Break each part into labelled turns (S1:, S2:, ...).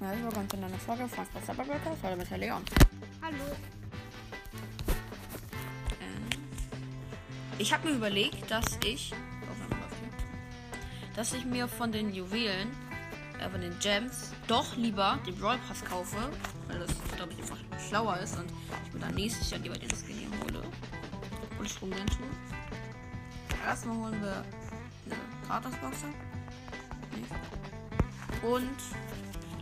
S1: Herzlich willkommen zu einer neuen Folge von Spaß aber Podcast. Heute mit Herr Leon.
S2: Hallo.
S1: Äh, Ich habe mir überlegt, dass ich. Oh, warte mal, okay. Dass ich mir von den Juwelen, äh, von den Gems, doch lieber den Brawl Pass kaufe. Weil das, glaube ich, einfach schlauer ist und ich mir dann nächstes Jahr lieber den Skin hier hole. Und Strom den tue. Erstmal holen wir eine Gratisbox. ab. Nee. Und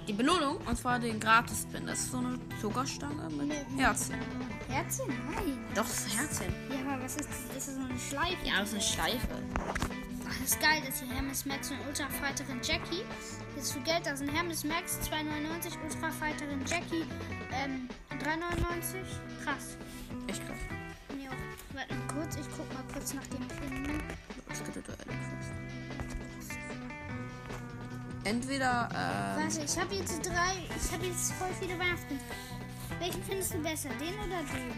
S1: die Belohnung, und zwar den Gratis-Pin. Das ist so eine Zuckerstange mit Herzen.
S2: Herzchen? Nein.
S1: Doch, das ist Herzchen.
S2: Ja, aber was ist das? Das ist so eine Schleife.
S1: Ja, das ist eine Schleife.
S2: Ach, ist geil, dass hier Hermes Max und Ultra Fighterin Jackie. Jetzt für Geld, da sind Hermes Max 2,99, Ultra Fighterin Jackie ähm, 3,99. Krass.
S1: Ich glaube,
S2: Ja, warte mal kurz, ich guck mal kurz nach dem Film.
S1: es geht unter Elektros. Entweder, ähm,
S2: Warte, ich habe jetzt drei, ich habe jetzt voll viele Weihnachten. Welchen findest du besser, den oder den?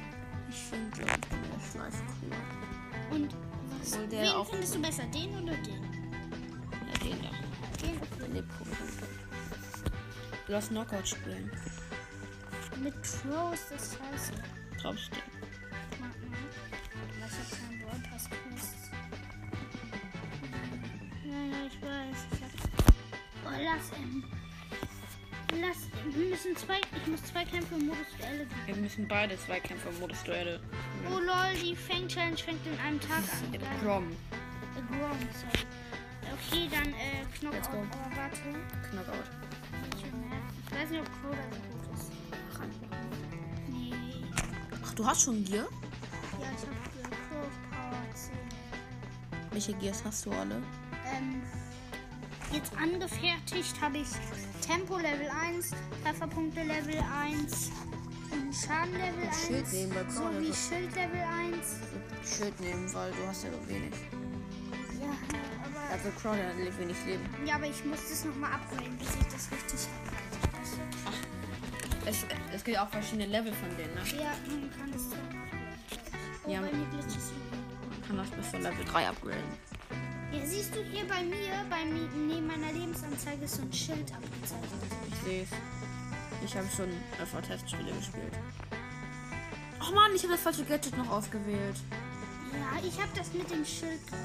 S1: ich finde, glaube ich, eine Schleife cooler.
S2: Und was?
S1: Obwohl der
S2: Wen
S1: auch-
S2: findest du besser, den oder den?
S1: Ja, den da.
S2: Den
S1: Nee, probieren. Lass Knockout spielen.
S2: mit Trost, das heißt.
S1: Glaubst du?
S2: Marken. Aber ich hab keinen Brawl-Pass gewusst. Ja, ja, ich weiß. Ich hab... Oh, lass ihn. Lass, wir müssen zwei, ich muss zwei Kämpfe im Modus Duelle gewinnen.
S1: Wir müssen beide Zweikämpfer im Modus Duelle.
S2: Oh lol, die Fang-Challenge fängt in einem Tag an.
S1: Mit
S2: Geil.
S1: Grom.
S2: Äh, Grom, sorry. Okay, dann äh,
S1: Let's
S2: Knockout.
S1: go.
S2: Oh, warte.
S1: Knockout.
S2: Ich bin nervt. Ich weiß nicht, ob Crow da so gut ist. Nee.
S1: Ach, du hast schon Gear?
S2: Ja, ich hab äh, Crow auf Power 10.
S1: Welche Gears hast du alle?
S2: ähm, jetzt angefertigt habe ich Tempo Level 1, Trefferpunkte Level 1, und Schaden Level
S1: Und
S2: 1,
S1: Schild nehmen also. wir gerade.
S2: sowie Schild Level 1.
S1: Also, Schild nehmen, weil du hast ja so wenig.
S2: Ja, aber,
S1: Also Crown hat wenig Leben.
S2: ja, aber ich muss das nochmal upgraden, bis ich das richtig habe. Weißt du?
S1: Es, es gibt auch verschiedene Level von denen, ne?
S2: Ja, man kann das so. Oh,
S1: Ja.
S2: bei mir glitscht es wieder.
S1: Man kann das bis zu Level 3 upgraden.
S2: Ja, siehst du hier bei mir, bei mir, neben meiner Lebensanzeige ist so ein Schild abgezeichnet.
S1: Ich sehe es. Ich habe schon öfter Testspiele gespielt. Ach man, ich habe das falsche Gadget noch ausgewählt.
S2: Ja, ich habe das mit dem Schild gerade.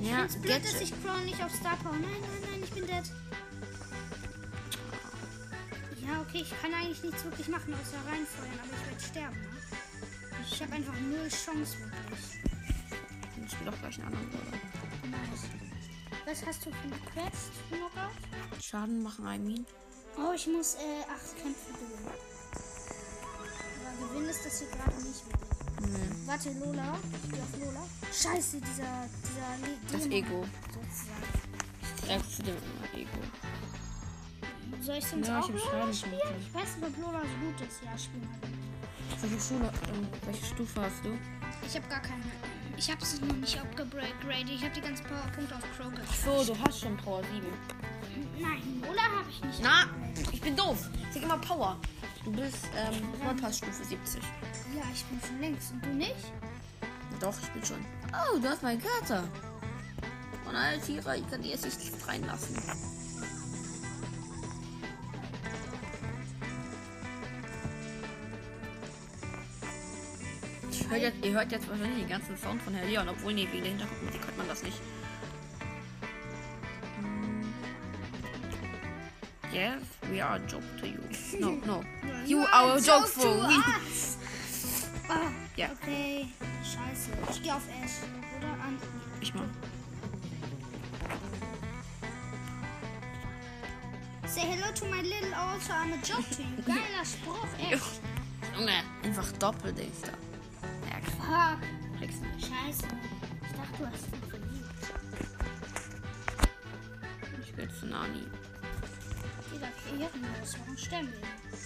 S1: Ja,
S2: Ganz blöd, dass ich Crown nicht auf Star Power. Nein, nein, nein, ich bin dead. Ja, okay, ich kann eigentlich nichts wirklich machen, außer reinfeuern, aber ich werde sterben. Ne? Ich habe einfach null Chance wirklich.
S1: Ich spiele doch gleich einen anderen Brawler.
S2: Nice. Was hast du für eine Quest, Knockout?
S1: Schaden machen, I mean.
S2: Oh, ich muss äh, acht Kämpfe gewinnen. Aber gewinnen ist das hier gerade nicht wirklich.
S1: Nee.
S2: Warte, Lola. Ich geh auf Lola. Scheiße, dieser, dieser Le-
S1: Das
S2: Dämon
S1: Ego.
S2: Sozusagen.
S1: Ja, zu dem immer Ego.
S2: Soll ich sonst
S1: Ja, ich
S2: auch
S1: hab
S2: Lola
S1: Schaden
S2: spielen?
S1: gemacht.
S2: Ich weiß nicht, ob Lola so gut ist. Ja, spiel mal. Lola.
S1: Welche Schule, ähm, welche Stufe hast du?
S2: Ich habe gar keine. Ich habe es noch nicht abgegradet. Ich habe die ganzen Powerpunkte auf Crow gemacht.
S1: So, du hast schon Power 7.
S2: Nein, Lola habe ich nicht.
S1: Na, ich bin doof. Sag immer Power. Du bist, ähm, Vollpassstufe 70.
S2: Ja, ich bin schon längst. Und du nicht?
S1: Doch, ich bin schon. Oh, du hast meinen Kater. Und alle Tiere, ich kann die jetzt nicht reinlassen. Ich hört jetzt, ihr hört jetzt wahrscheinlich den ganzen Sound von Herr Leon, obwohl nee, wegen der Hintergrundmusik hört man das nicht. Hm. Yes, we are a joke to you. No, no. You are a joke for we.
S2: Ah,
S1: Ja.
S2: Okay. Scheiße. Ich gehe auf Ash. Oder an.
S1: Ich mach.
S2: Say hello to my little also I'm a job to you. Geiler Spruch, echt.
S1: Junge. Einfach Doppeldings da. Ja, krass.
S2: Fuck.
S1: Kriegst du nicht.
S2: Scheiße. Ich dachte, du hast ihn verliebt.
S1: Ich will zu Nani.
S2: Digga, ehrenlos. Warum sterben wir?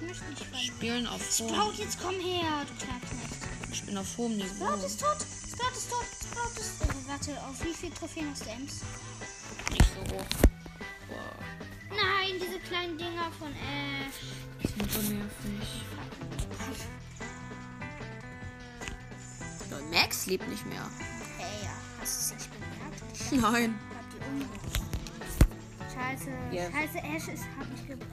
S2: Ich möchte nicht verlieben.
S1: Spielen auf hohem,
S2: Sprout, jetzt komm her, du Knacknack.
S1: spielen auf hohem Niveau.
S2: Sprout ist tot! Sprout ist tot! Sprout ist. Äh, warte, auf wie viel Trophäen hast du Ems?
S1: Nicht so hoch. Boah,
S2: Nein, diese kleinen Dinger von Ash.
S1: die sind so nervig. Lol, Max lebt nicht mehr.
S2: Ey, ja, hast du es nicht bemerkt?
S1: Nein.
S2: Ich hab die umgebracht. Scheiße.
S1: Ja.
S2: Scheiße, Ash ist hab ich gebracht.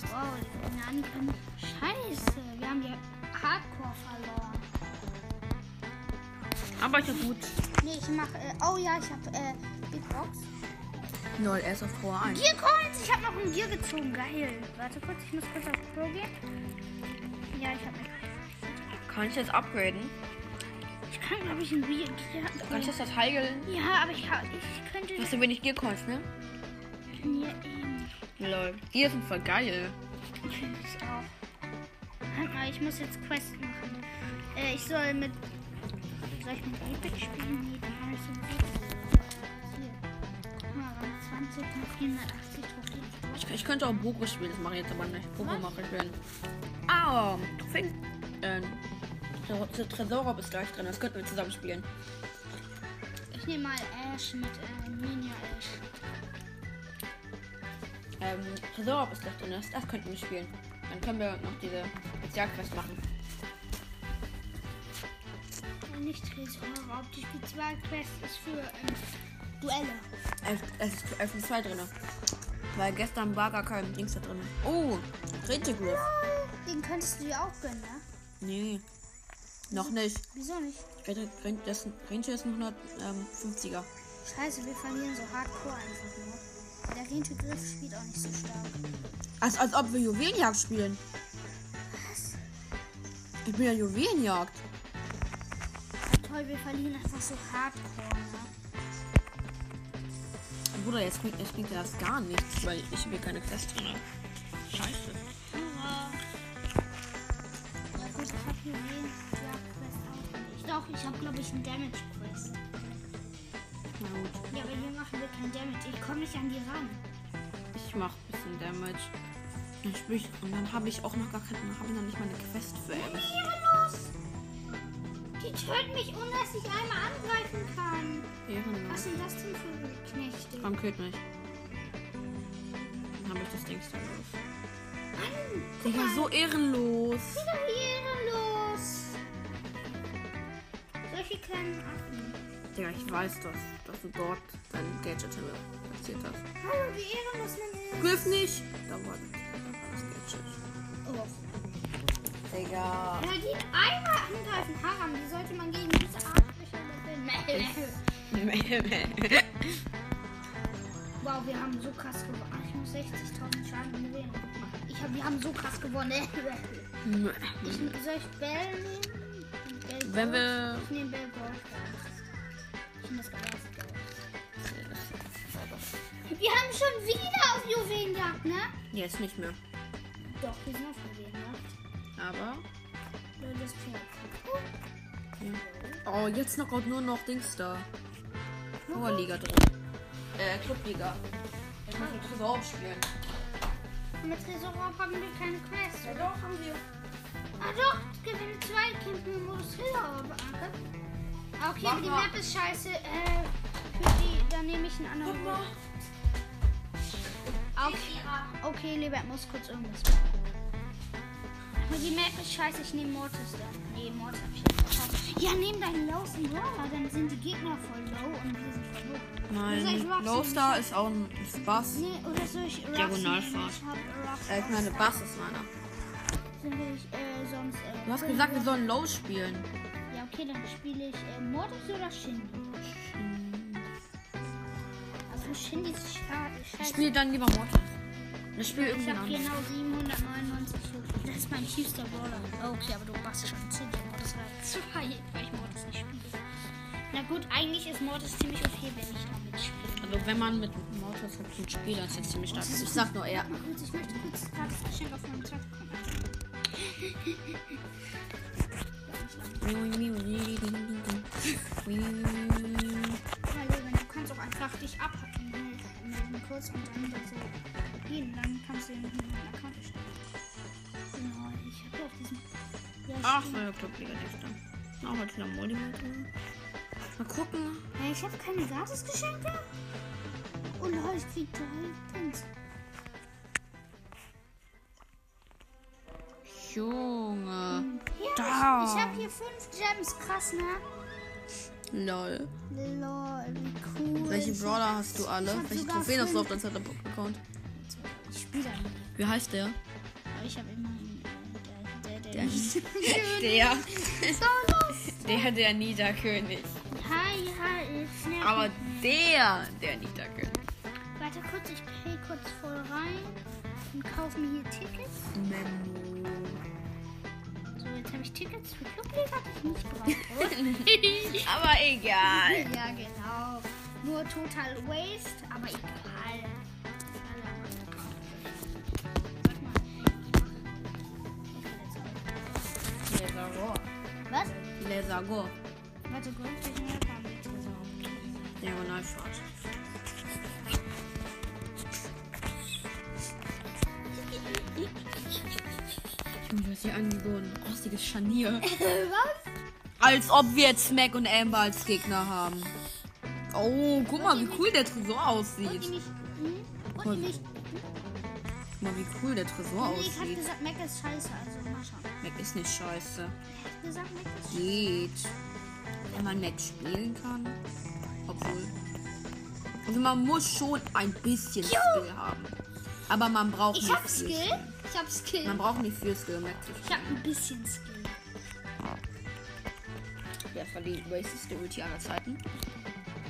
S2: Wow, in anderen. Scheiße, wir haben die Hardcore verloren.
S1: Aber ich hab gut.
S2: Nee, ich mach. Äh, oh ja, ich hab äh, Big Box.
S1: 0, er ist auf Power 1.
S2: Gear Coins! Ich hab noch ein Gear gezogen. Geil. Warte kurz, ich muss kurz auf Pro gehen. Ja, ich hab mich.
S1: Kann ich jetzt upgraden?
S2: Ich kann, glaube ich, ein Gear. Gear-
S1: Kann ich das jetzt heilen?
S2: Ja, aber ich, hab- ich könnte.
S1: Du hast ja wenig Gearcoins, ne?
S2: Ja, eben.
S1: Lol. Gear sind voll geil.
S2: Ich finde es auch. Warte mal, ich muss jetzt Quest machen. Äh, ich soll mit. Soll ich mit Epic spielen? Nee, dann habe ich so Hier. Guck mal, 20 und 480 Trophäen.
S1: Ich, ich könnte auch Boko spielen, das mache ich jetzt aber nicht. Boko mache ich wenn. Ah, Trophäen. Ähm, Tre- Tre- Tresorraub ist gleich drin, das könnten wir zusammen spielen.
S2: Ich nehme mal Ash mit äh, Ninja Ash.
S1: Ähm, Tresorraub ist gleich drin, das, das könnten wir spielen. Dann können wir noch diese Spezialquest machen.
S2: Und Nicht Tresorraub. Die Spezialquest ist für ähm, Duelle.
S1: Es, es ist F 2 drin. Weil gestern war gar kein Dings da drin. Oh, Retegriff.
S2: Den könntest du dir auch gönnen, ne?
S1: Nee. Noch nicht.
S2: Wieso nicht?
S1: Rente Rente- das- Rente ist ein ähm, 150er.
S2: Scheiße, wir verlieren so hardcore einfach nur. Der Hintergriff spielt auch nicht so stark.
S1: Als, als ob wir Juwelenjagd spielen.
S2: Was?
S1: Ich bin ja Juwelenjagd.
S2: Toll, wir verlieren einfach so hardcore. Ne?
S1: Bruder, jetzt bringt, jetzt bringt das gar nichts, weil ich mir keine Quest drin habe. Scheiße.
S2: Ja gut, ich hab hier den Jagdquest auch nicht. Doch, ich hab glaube ich einen Damage-Quest.
S1: Na gut.
S2: Ja, aber hier machen wir keinen Damage. Ich komme nicht an die ran.
S1: Ich mach ein bisschen Damage. Dann spiel ich, und dann habe ich auch noch gar keine, habe noch nicht meine Quest für Ems.
S2: Ehrenlos! Die töten mich, ohne dass ich einmal angreifen kann. Was
S1: Ehrenlos.
S2: sind das denn für Knechte?
S1: Komm, killt mich. Dann habe ich das Ding da los.
S2: Mann,
S1: Digga, so ehrenlos.
S2: wieder ehrenlos! Solche kleinen Affen.
S1: Digga, ich weiß das, dass du dort dein Gadget platziert hast.
S2: Hallo, wie ehrenlos man ist.
S1: Griff nicht! Da war das Gadget.
S2: Oh.
S1: Digga.
S2: Ja, die einmal angreifen, Haram, die sollte man gegen diese Arschlöcher löffeln. Wow, wir haben so krass gewonnen. Ah, Ich muss 60.000 Schaden gewinnen. Ich hab, wir haben so krass gewonnen. Ich, soll ich Bell nehmen? Bell
S1: Wenn
S2: Gold?
S1: wir-
S2: Ich nehme Bell Gold. Ich finde das geilste Gold. Wir haben schon wieder auf Juwelenjagd, ne?
S1: Jetzt nicht mehr.
S2: Doch, wir sind auf Juwelenjagd.
S1: Aber.
S2: Nur das Pferd.
S1: Oh, jetzt noch kommt nur noch Dings da. Powerliga drin. Äh, Clubliga. Ich muss mit Tresor spielen.
S2: Mit Tresorraub haben wir keine Quest.
S1: Ja, doch, haben wir.
S2: Ah doch, gewinne zwei Kämpfe Modus Hiller beackert. Okay,
S1: Mach
S2: aber die
S1: mal.
S2: Map ist scheiße. Äh, für die, dann nehme ich einen anderen. Weg. Okay, okay Lebert muss kurz irgendwas machen. Aber die Map ist scheiße, ich nehme Mortis dann. Nee, Mortis hab ich nicht geschafft. Ja, nehm deinen Losen Lower, dann sind die Gegner voll low und wir sind voll low. Soll ich
S1: Nein.
S2: Roxy
S1: Lowstar ist auch ein ist Bass.
S2: Nee, oder soll ich Roxy nehmen?
S1: Diagonalfahrt.
S2: Ich hab Roxy.
S1: Äh, ich meine, Bass ist meiner.
S2: Dann will ich, äh, sonst, äh,
S1: Du hast gesagt, wir sollen Low spielen.
S2: Ja, okay, dann spiele ich äh, Mortis oder Shindy. Also Shindy ist scha-
S1: Ich
S2: scheiße.
S1: spiele dann lieber Mortis. Ich spiele
S2: ich
S1: irgendwie
S2: habe
S1: anders.
S2: genau 799 Trophäen. Das ist mein tiefster Brawler. Okay, aber du machst schon zu dir Mortis halt zwei, weil ich Mortis nicht spiele. Na gut, eigentlich ist Mortis ziemlich okay, wenn ich damit spiele.
S1: Also, wenn man mit Mortis ein Spiel, dann ist jetzt ziemlich stark. Ich sag nur er.
S2: Na gut, ich möchte kurz gerade das Geschenk auf meinem Zeug kommen. Ja, Leben, du kannst auch einfach dich abhacken. ne? Melden kurz und dann das so gehen. Dann kannst du den Account erstellen. Genau, ich habe ja auch diesen. Ja,
S1: Ach,
S2: stimmt.
S1: meine Clubliga nicht da. Noch mal zu einer Modi Mal gucken.
S2: Hä, ich habe keine Gratisgeschenke. Oh lol, ich krieg drei Pins.
S1: Junge.
S2: Ja,
S1: Da.
S2: ich, ich habe hier fünf Gems. Krass, ne?
S1: Lol.
S2: Lol, wie cool.
S1: Welche Brawler hast du alle?
S2: Ich hab
S1: Welche
S2: sogar
S1: Trophäen hast du auf
S2: fünf.
S1: deinem Account?
S2: Ich spiele einen.
S1: Wie heißt der?
S2: Aber ich habe immer einen. äh, Der, der, der.
S1: Der.
S2: Schön.
S1: Der.
S2: So los.
S1: Der, der Niederkönig.
S2: Hi, hi, schnell.
S1: Aber der, der Niederkönig.
S2: Warte kurz, ich pay kurz voll rein und kaufe mir hier Tickets. So, jetzt habe ich Tickets für Clubbild, was ich nicht brauche.
S1: Aber egal.
S2: ja, genau. Nur total waste, aber egal. Warte mal, ich
S1: Lesagor.
S2: mach- Was?
S1: Lesagor.
S2: Warte, gut, ich muss mal mit zusammen.
S1: Diagonalfahrt. Und du hast hier angeboten. Rostiges Scharnier.
S2: Was?
S1: Als ob wir jetzt Mac und Amber als Gegner haben. Oh, guck mal, wie cool der Tresor
S2: Und die
S1: aussieht.
S2: nicht. Hm? Und die nicht.
S1: Guck mal, wie cool der Tresor
S2: Nee, ich hab
S1: aussieht.
S2: gesagt, Mac ist scheiße, also mal schauen.
S1: Mac ist nicht scheiße.
S2: Ich hab gesagt, Mac ist scheiße.
S1: Geht. Wenn man Mac spielen kann. Obwohl. Also man muss schon ein bisschen Skill haben. Aber man braucht
S2: Ich
S1: nicht
S2: hab
S1: viel
S2: Skill. Ich hab Skill.
S1: Man braucht nicht viel Skill, um Mac zu
S2: Ich hab ein bisschen Skill.
S1: Ja, das war die raciste Ulti aller Zeiten.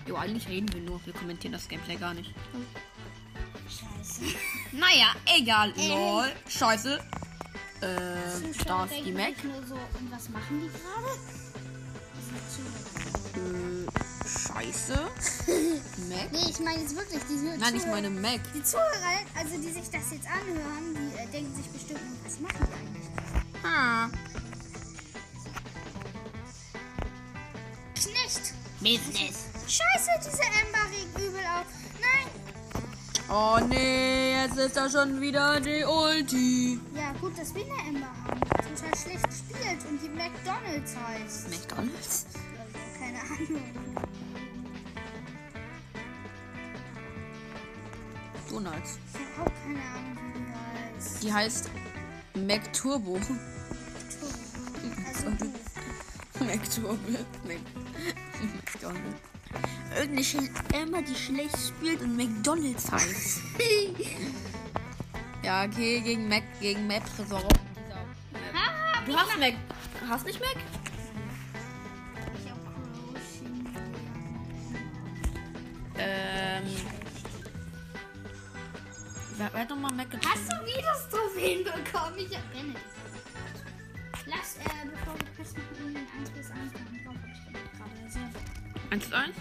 S1: Jo, eigentlich reden wir nur. Wir kommentieren das Gameplay gar nicht.
S2: Scheiße.
S1: Naja, egal.
S2: Ey.
S1: Lol. Scheiße.
S2: Zuschauer
S1: Äh, da ist die
S2: denken
S1: Mac.
S2: sich Nur so, und was machen die gerade? Das sind Zuhörer.
S1: Äh, scheiße. Mac.
S2: Nee, ich meine jetzt wirklich die Zuhörer.
S1: Nein, ich meine Mac.
S2: Die Zuhörer, also die sich das jetzt anhören, die äh, denken sich bestimmt, was machen die eigentlich?
S1: Ah.
S2: Knecht!
S1: Business.
S2: Scheiße, diese Ember regt übel auf. Nein!
S1: Oh nee, jetzt ist da schon wieder die Ulti.
S2: Ja, gut, dass wir eine Ember haben, die total schlecht spielt und die McDonalds heißt.
S1: McDonalds?
S2: Also, keine Ahnung.
S1: Donuts.
S2: Ich habe auch keine Ahnung, wie die heißt.
S1: Die heißt Mac Turbo. Hm.
S2: Entschuldigung. Also du.
S1: McDouble. Nee. McDonald's. Irgendwelche Emma, die schlecht spielt und McDonalds heißt. ja, okay, gegen Mac, gegen Mac Tresor.
S2: Ah,
S1: Du hast Mac. Hast nicht Mac?
S2: ich hab Crossing.
S1: Ähm. Wer, wer hat nochmal Mac getroffen?
S2: Hast du nie das Trophäen bekommen? Ich hab Rennen. Lass, äh, bevor wir kurz mit Ihnen in 1 bis 1 machen, drauf hab ich gemacht gerade. Sehr gut.
S1: 1 zu 1?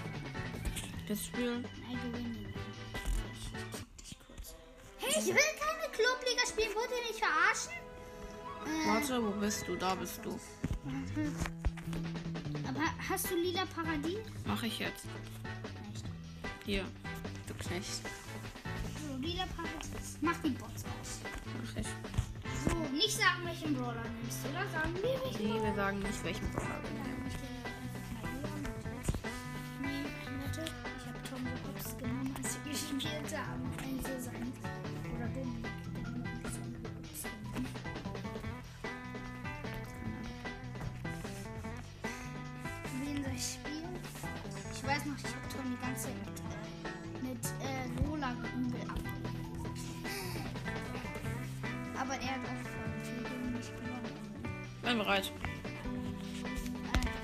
S1: Das Spiel.
S2: Nein, du win ihn. Ich kick dich kurz. Hey, ich will keine Clubliga spielen. Wollt ihr mich verarschen?
S1: Warte, wo bist du? Da bist du.
S2: Aber hast du lila Paradies?
S1: Mach ich jetzt.
S2: Echt?
S1: Hier. Du Knecht.
S2: So, lila Paradies. Mach die Bots aus.
S1: Mach ich.
S2: So, nicht sagen, welchen Brawler nimmst du, oder? Sagen wir, welchen
S1: Nee, wir sagen nicht, welchen Brawler wir nehmen.
S2: Nee, warte, ich habe Tom Hobbs genommen, als wir gespielt haben. Ein so sein. Oder bin Wen soll ich spielen? Ich weiß noch, ich habe Tom die ganze Zeit mit, äh, mit äh, Lola übel abgelegt. Aber er hat auch voll viel gegen mich gewonnen.
S1: Bin bereit.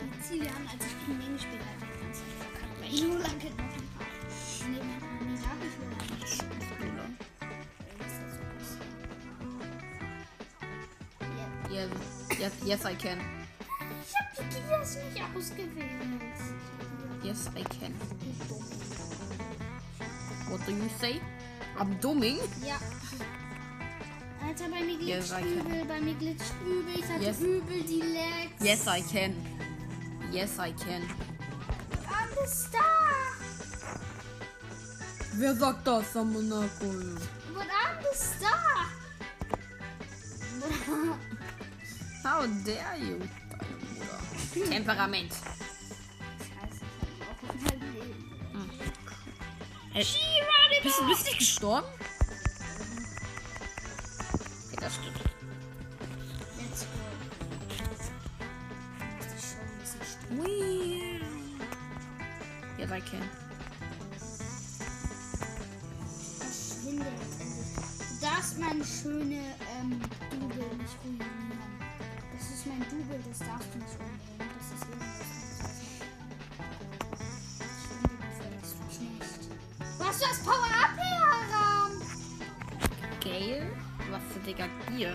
S2: Die Ziele an, als ich gegen den gespielt habe. die ganze Zeit verkackt, Weil ich nur lang getroffen habe. Nee, man, nee, darf ich nur lang nicht spielen. Das ist ja so groß. Ja.
S1: Yes. yes, yes I can.
S2: Ich hab die Kias nicht ausgewählt.
S1: Yes I can.
S2: Die dumm.
S1: What do you say? I'm dumming?
S2: Ja. Alter, bei mir glitscht
S1: Yes, I can.
S2: übel, bei mir glitscht übel, ich hatte
S1: Yes.
S2: übel die Lags.
S1: Yes I can. Yes I can.
S2: I'm the star!
S1: Wer sagt das am Monaco?
S2: But I'm the star!
S1: How dare you? Deine Mutter. Temperament.
S2: Scheiße, ich hab auch überlegt. Äh,
S1: Bist du bist du nicht gestorben? Okay, das stimmt.
S2: Let's go. Das ist schon ein bisschen schlimm.
S1: Wee. dabei killen.
S2: Das hindert endlich. Das meine schöne ähm, Double nicht ruinieren. Das ist mein Double, das darfst du nicht ruinieren. Das ist irgendwas. Das nicht. Was ist das Power-Up her,
S1: Gale? Was für Digga? Gier.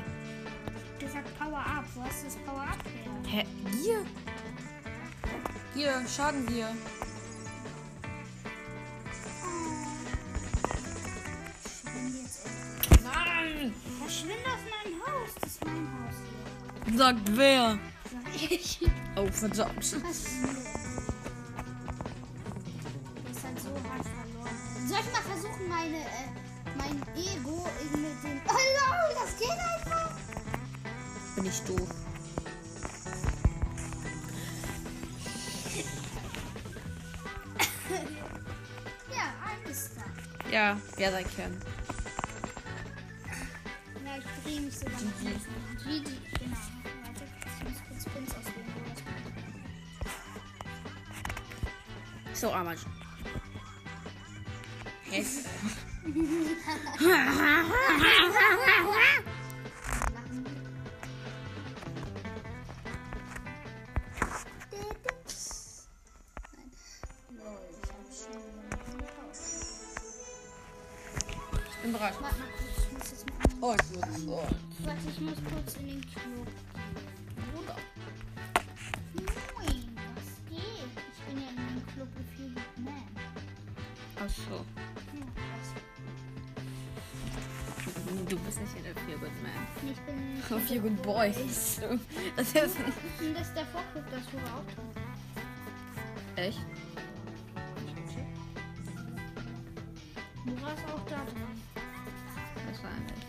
S2: Der sagt Power-Up. Wo hast du das Power-Up
S1: Hä?
S2: her?
S1: Gier? Gier, Schaden Gier.
S2: Verschwinde jetzt endlich.
S1: Mann!
S2: Verschwinde aus meinem Haus. Das ist mein Haus hier.
S1: Sagt wer?
S2: Sag ich.
S1: Oh, verdammt.
S2: Das ist halt so hart verloren. Soll ich mal versuchen, meine, äh, mein Ego in- mit dem. Oh lol, das geht einfach!
S1: Bin ich doof.
S2: Ja, alles da.
S1: Ja, wer sein kann.
S2: Ja, ich drehe mich sogar noch. GG. Genau. Warte, ich muss kurz Pins auswählen. wo das kommt.
S1: So, Armatsch. Yes.
S2: Lachen. Nein. Lol, ich hab schon.
S1: Ich bin bereit.
S2: Warte mal, kurz, ich muss jetzt mal. anmachen.
S1: Oh, ich muss. Oh.
S2: Warte, ich muss kurz in den Klo.
S1: Bruder.
S2: Moin, was geht? Ich bin ja in dem Club with you with men.
S1: Ach so.
S2: Ja, was?
S1: Du bist nicht in der Feel Good Man.
S2: Ich bin.
S1: Oh, Feel Good Boys. Das ist.
S2: Und das ist der Vorclub, das wo wir auch drin sind.
S1: Echt?
S2: Mura ist auch da drin.
S1: Wahrscheinlich.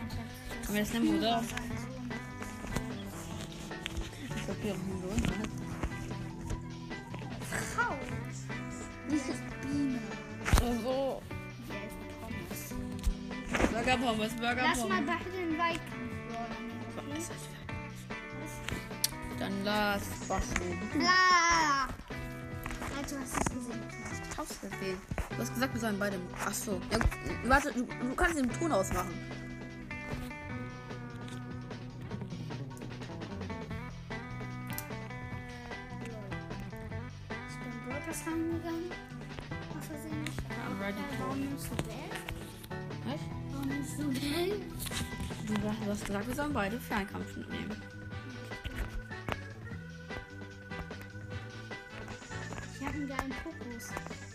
S2: Anscheinend
S1: Können wir das nehmen, oder?
S2: ist das sein Sohn.
S1: Ich glaube, hier haben wir uns.
S2: Frau. Das ist Biene.
S1: Oh, so.
S2: Der ist Pommes.
S1: Burger Pommes, Burger
S2: Lass mal
S1: Pommes.
S2: beide den Weitkampf rollen. Okay?
S1: Dann lass basteln.
S2: Bla. Also, hast du es gesehen?
S1: Ich hab's gesehen. Du hast gesagt, wir sollen beide. Ach so. Ja, warte, du, du kannst den Ton ausmachen.
S2: Ich bin Broadcast rangegangen. Aus Versehen.
S1: I'm ready to-
S2: Warum nimmst du Bell?
S1: Was?
S2: Warum nimmst du Bell?
S1: Du, du hast gesagt, wir sollen beide Fernkampf nehmen.
S2: Ich hab einen geilen Fokus.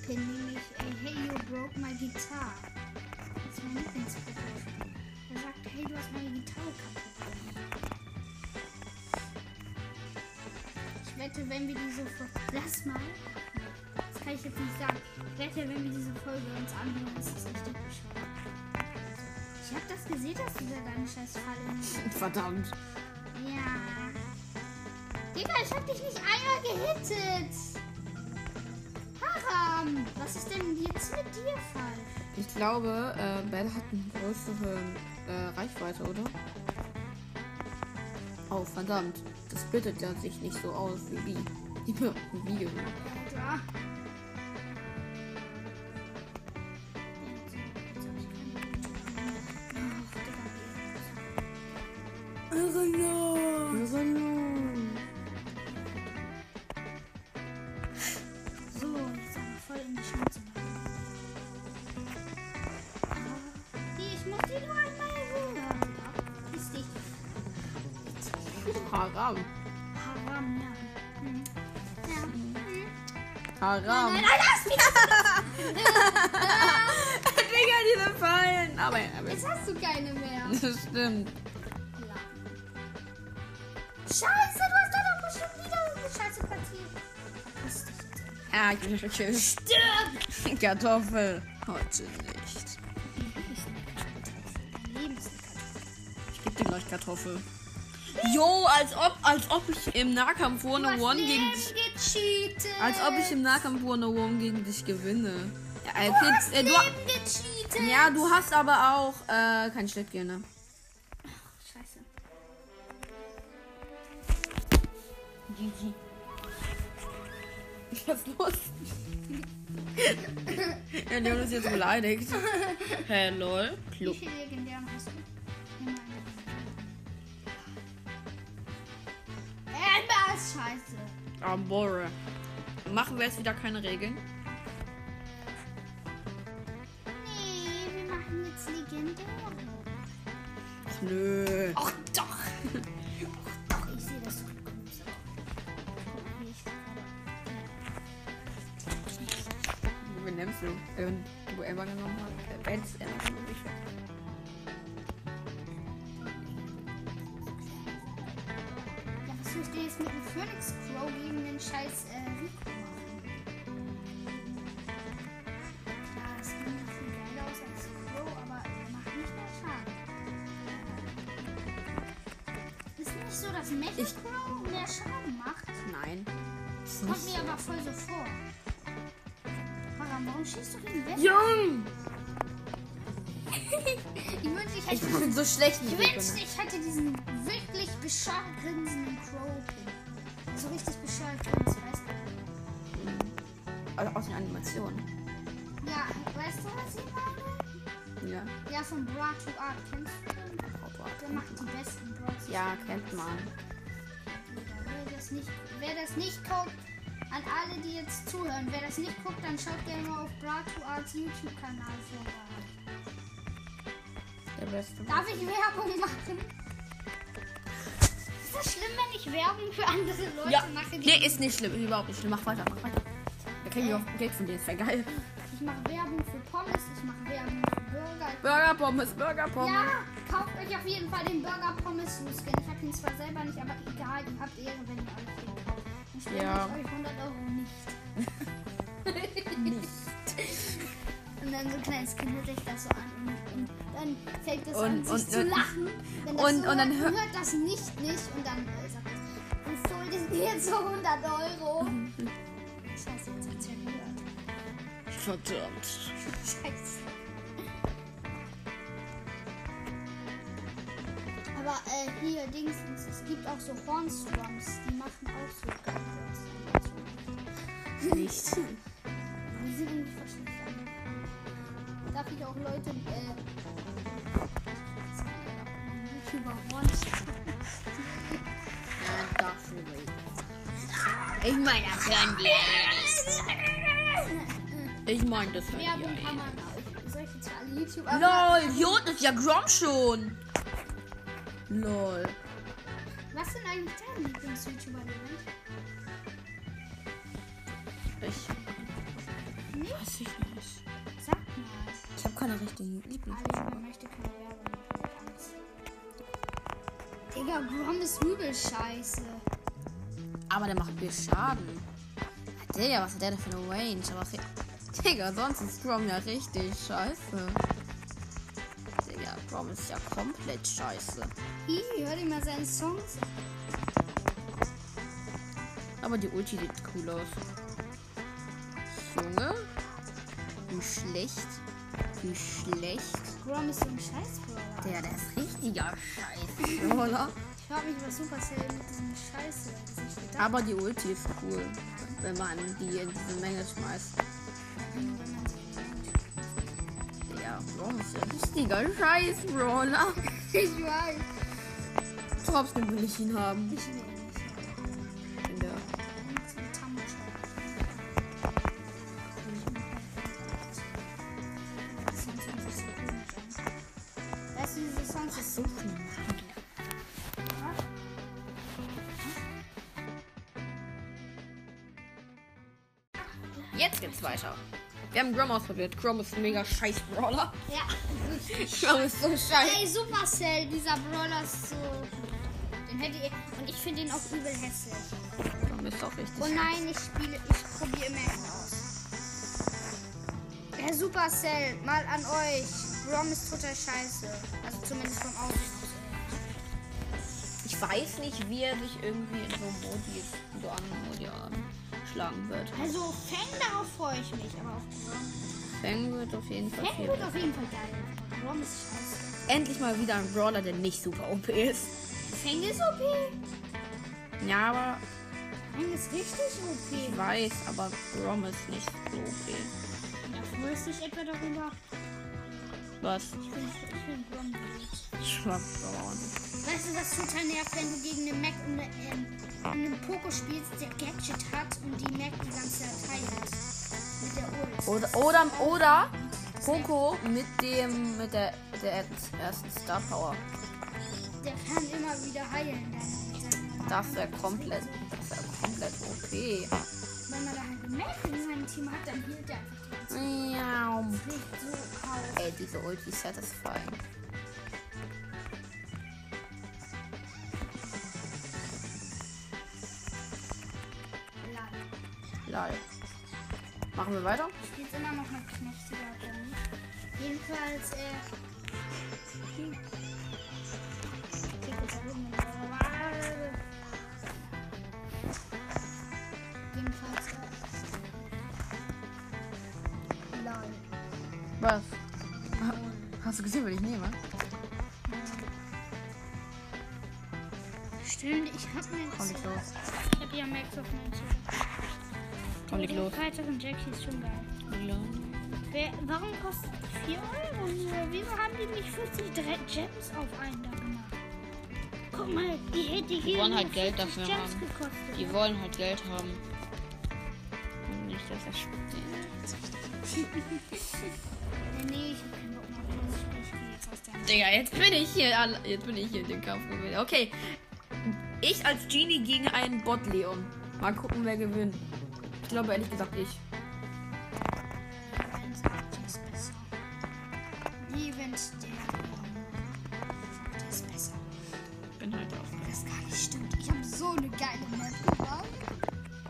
S2: Den nehme ich, ey, hey, you broke my guitar. Das ist mein Lieblingsfokus. Er sagt, hey, du hast meine Gitarre kaputt gemacht. Ich wette, wenn wir diese Folge. Lass mal. Das kann ich jetzt nicht sagen. Ich wette, wenn wir diese Folge uns anhören, ist das richtig bescheuert. Ich hab das gesehen, dass du da deinen scheiß Fall in
S1: Verdammt.
S2: ja. Digga, ich hab dich nicht einmal gehittet. Haram, was ist denn jetzt mit dir falsch?
S1: Ich glaube, äh, Bell hat eine größere äh, Reichweite, oder? Oh, verdammt. Das splittet ja sich nicht so aus wie wie. Wie gewinnt.
S2: Alter. So, jetzt aber voll in die Schnauze machen. Ah, die, Ich muss die nur einmal hören. Ist dich.
S1: Haram.
S2: Haram, ja. Mhm. Ja. Mhm.
S1: Haram.
S2: Nein, nein, lass mich!
S1: Digga, diese Fallen. Aber, aber
S2: Jetzt hast du keine mehr.
S1: das stimmt.
S2: Scheiße, du hast da doch bestimmt wieder eine scheiße Partie. Verpiss dich jetzt.
S1: Ah, ich bin schon gekillt.
S2: Stirb!
S1: Kartoffel. Heute nicht.
S2: Dein Leben ist eine Katastrophe.
S1: Ich geb dir gleich Kartoffel. Jo, als ob, als ob ich im Nahkampf
S2: Du hast
S1: 101 gegen dich
S2: Leben gecheatet.
S1: Als ob ich im Nahkampf Wonder Woman gegen dich gewinne. Ja, äh,
S2: Du hast
S1: Kids, äh, du,
S2: Leben gecheatet.
S1: ja, du hast aber auch äh, kein Schnittgear, ne?
S2: Scheiße.
S1: ist das los? ja, Leon ist jetzt beleidigt. Hä, lol.
S2: Wie
S1: Klub.
S2: viele legendären hast du? Nimm mal eine. Amber ist scheiße.
S1: Arbore. Machen wir jetzt wieder keine Regeln?
S2: Nee, wir machen jetzt legendären.
S1: Ach, nö.
S2: Och doch. Och doch, ich sehe das so groß aus. Guck nicht.
S1: Wie nimmst du? Äh, Wenn du Emma genommen hast. Äh, wenn's Emma genommen hat.
S2: Ja, was soll ich denn jetzt mit dem Phoenix Crow gegen den scheiß äh, Rico machen? Ja, es sieht noch viel geiler aus als Crow, aber er macht nicht mehr Schaden. Ist nicht so, dass Mecha
S1: Ich-
S2: Crow mehr Schaden macht?
S1: Nein. Ist
S2: Kommt
S1: nicht
S2: mir aber voll so vor. Warum, warum schießt du den weg?
S1: Jung!
S2: ich wünschte, ich
S1: Ich
S2: hätte
S1: bin so schlecht mit
S2: Ich wünschte,
S1: Regeln.
S2: ich hätte diesen wirklich bescheuert grinsenden Crow. So richtig bescheuert grins, weißt du?
S1: Also aus den Animationen.
S2: Ja, weißt du, was ich meine?
S1: Ja. Oh,
S2: Ja, von Bra to Art. Kennst du den? Der macht die besten Bra to
S1: Ja, kennt man.
S2: Wer das nicht, wer das nicht guckt, an alle, die jetzt zuhören, wer das nicht guckt, dann schaut gerne mal auf Bra to Arts YouTube-Kanal vorbei.
S1: Der beste.
S2: Darf ich Werbung machen? Ist das schlimm, wenn ich Werbung für andere Leute
S1: Ja.
S2: mache? die-
S1: Nee, ist nicht schlimm. Überhaupt nicht schlimm. Mach weiter, mach weiter. Da kriegen wir auch Geld von dir. Ist ja geil.
S2: Ich mache Werbung für Pommes, ich mache Werbung für Burger.
S1: Burger Pommes, Burger Pommes.
S2: Ja, kauft euch auf jeden Fall den Burger Pommes Skin. Ich habe ihn zwar selber nicht, aber egal, ihr habt Ehre, wenn ihr alles den kauft. Dann spende
S1: Ja.
S2: ich euch 100 Euro nicht. Und dann so ein kleines Kind hört sich das so an und, und dann fängt das an,
S1: Und-
S2: sich
S1: und-
S2: zu
S1: und-
S2: lachen. Wenn das
S1: und-
S2: so
S1: und dann hör-
S2: hört, hört das nicht nicht und dann äh, sagt es, ich hol dir jetzt so 100 Euro. Scheiße, jetzt wird's ja gehört.
S1: Verdammt.
S2: Scheiße. Aber äh, hier, Dings, es gibt auch so Hornstorms, die machen auch so geile Hornstorms.
S1: Nicht.
S2: Die sind irgendwie verschieden. Darf ich auch Leute, äh, das kann ja auch ein YouTuber Hornstorms.
S1: Ich meine das ja Ich meine das ja
S2: Werbung kann man auch. Soll ich jetzt für alle YouTuber?
S1: Lol, hier unten ist ja Grom schon. Lol.
S2: Was sind eigentlich deine Lieblings-YouTuber, Leon?
S1: Ich
S2: Nee,
S1: weiß ich nicht.
S2: sag mal.
S1: Ich habe keine richtigen Lieblings.
S2: Alter, Also, man möchte keine Werbung machen. mit Angst. Digga, Grom ist übel scheiße.
S1: Aber der macht mir Schaden. Hat der ja, was hat der denn für eine Range? Aber ri- Digga, sonst ist Grom ja richtig scheiße. Digga, Grom ist ja komplett scheiße.
S2: Ih, hör dir mal seinen Songs an.
S1: Aber die Ulti sieht cool aus. Junge? Wie schlecht. Wie schlecht.
S2: Grom ist so ein Scheißbürger.
S1: Der, der ist richtiger Scheiße, oder?
S2: Ich frag mich, was Supercell mit diesem Scheiße sich gedacht hat,
S1: Aber die Ulti ist cool, wenn man die in diese Menge schmeißt.
S2: wenn man so
S1: Ja, Braum ist ja richtiger Scheiß, Brawler.
S2: Ich weiß.
S1: Trotzdem will ich ihn haben.
S2: Ich will nicht.
S1: Ja.
S2: Und so ein Tammo-Scheiß. Die Songs hören sich so komisch an. Weißt du, diese Songs ist so
S1: Jetzt geht's weiter. Wir haben Grom ausprobiert. Grom ist ein mega scheiß Brawler.
S2: Ja, richtig.
S1: Grom ist so scheiße.
S2: Ey, Supercell, dieser Brawler ist so. Den hätte ich. Und ich finde ihn auch übel hässlich.
S1: Grom ist auch richtig
S2: Oh nein, ich spiele. Ich probiere immer ihn aus. Herr Supercell, mal an euch. Rom ist total scheiße. Also zumindest vom Aussehen.
S1: Ich weiß nicht, wie er sich irgendwie in so Modi, in so anderen Modi schlagen wird.
S2: Also Fang, darauf freue ich mich. Aber auf Rom.
S1: Fang wird auf jeden Fall
S2: Fang
S1: viel.
S2: wird auf jeden Fall geil. Rom ist scheiße.
S1: Endlich mal wieder ein Brawler, der nicht super OP ist.
S2: Fang ist OP.
S1: Ja, aber
S2: Nein, das ist richtig OP.
S1: Ich weiß, aber Rom ist nicht so OP.
S2: Da freust du dich etwa darüber.
S1: Was?
S2: Ich bin, ich bin blond.
S1: Ich mag Braun.
S2: Weißt du, was total nervt, wenn du gegen einen Mac und eine, ähm, einen Poco spielst, der Gadget hat und die Mac die ganze Zeit heilt? Mit der Ult.
S1: Oder, oder, oder Coco mit dem, mit der, der ersten Star Power.
S2: Der kann immer wieder heilen. dann mit seinem-
S1: Das wäre komplett, das wäre komplett OP.
S2: Wenn man da halt einen Mac in seinem Team hat, dann hielt der einfach die ganze
S1: Miau.
S2: Zeit so auf.
S1: Ey, diese Ulti ist satisfying.
S2: Lala.
S1: Lol. Machen wir weiter?
S2: spielt immer noch mit Knechte da drin. Jedenfalls, äh. hm. Okay, gut, da oben ist er. Wow. Jedenfalls, äh. Lol.
S1: Was? Hast du gesehen, was ich nehme?
S2: Stimmt, ich hab mir
S1: Komm nicht los.
S2: Ich hab ja Max auf meinem Tisch.
S1: Komm nicht los.
S2: Freitag und Jackie ist schon geil. Wer, warum kostet 4 Euro nur? Wieso haben die nicht 50 Dre- Gems auf einen da gemacht? Guck mal, die hätte hier
S1: wollen
S2: nur
S1: halt Geld
S2: 50
S1: dafür
S2: Gems
S1: haben.
S2: gekostet.
S1: Die wollen halt Geld haben. Und nicht, dass er spielt.
S2: Nee, nee, ich hab keinen Bock mehr auf dieses Spiel. Ich geh jetzt aus der Hand.
S1: Digga, jetzt bin ich hier. alle- Jetzt bin ich hier in den Kampf gewinnt. Okay. Ich als Genie gegen einen Bot Leon. Mal gucken, wer gewinnt. Ich glaube ehrlich gesagt ich.
S2: Event macht es besser. Event, der, ähm, der ist besser.
S1: Bin halt auf.
S2: Das gar nicht stimmt. Ich habe so eine geile Map gebaut.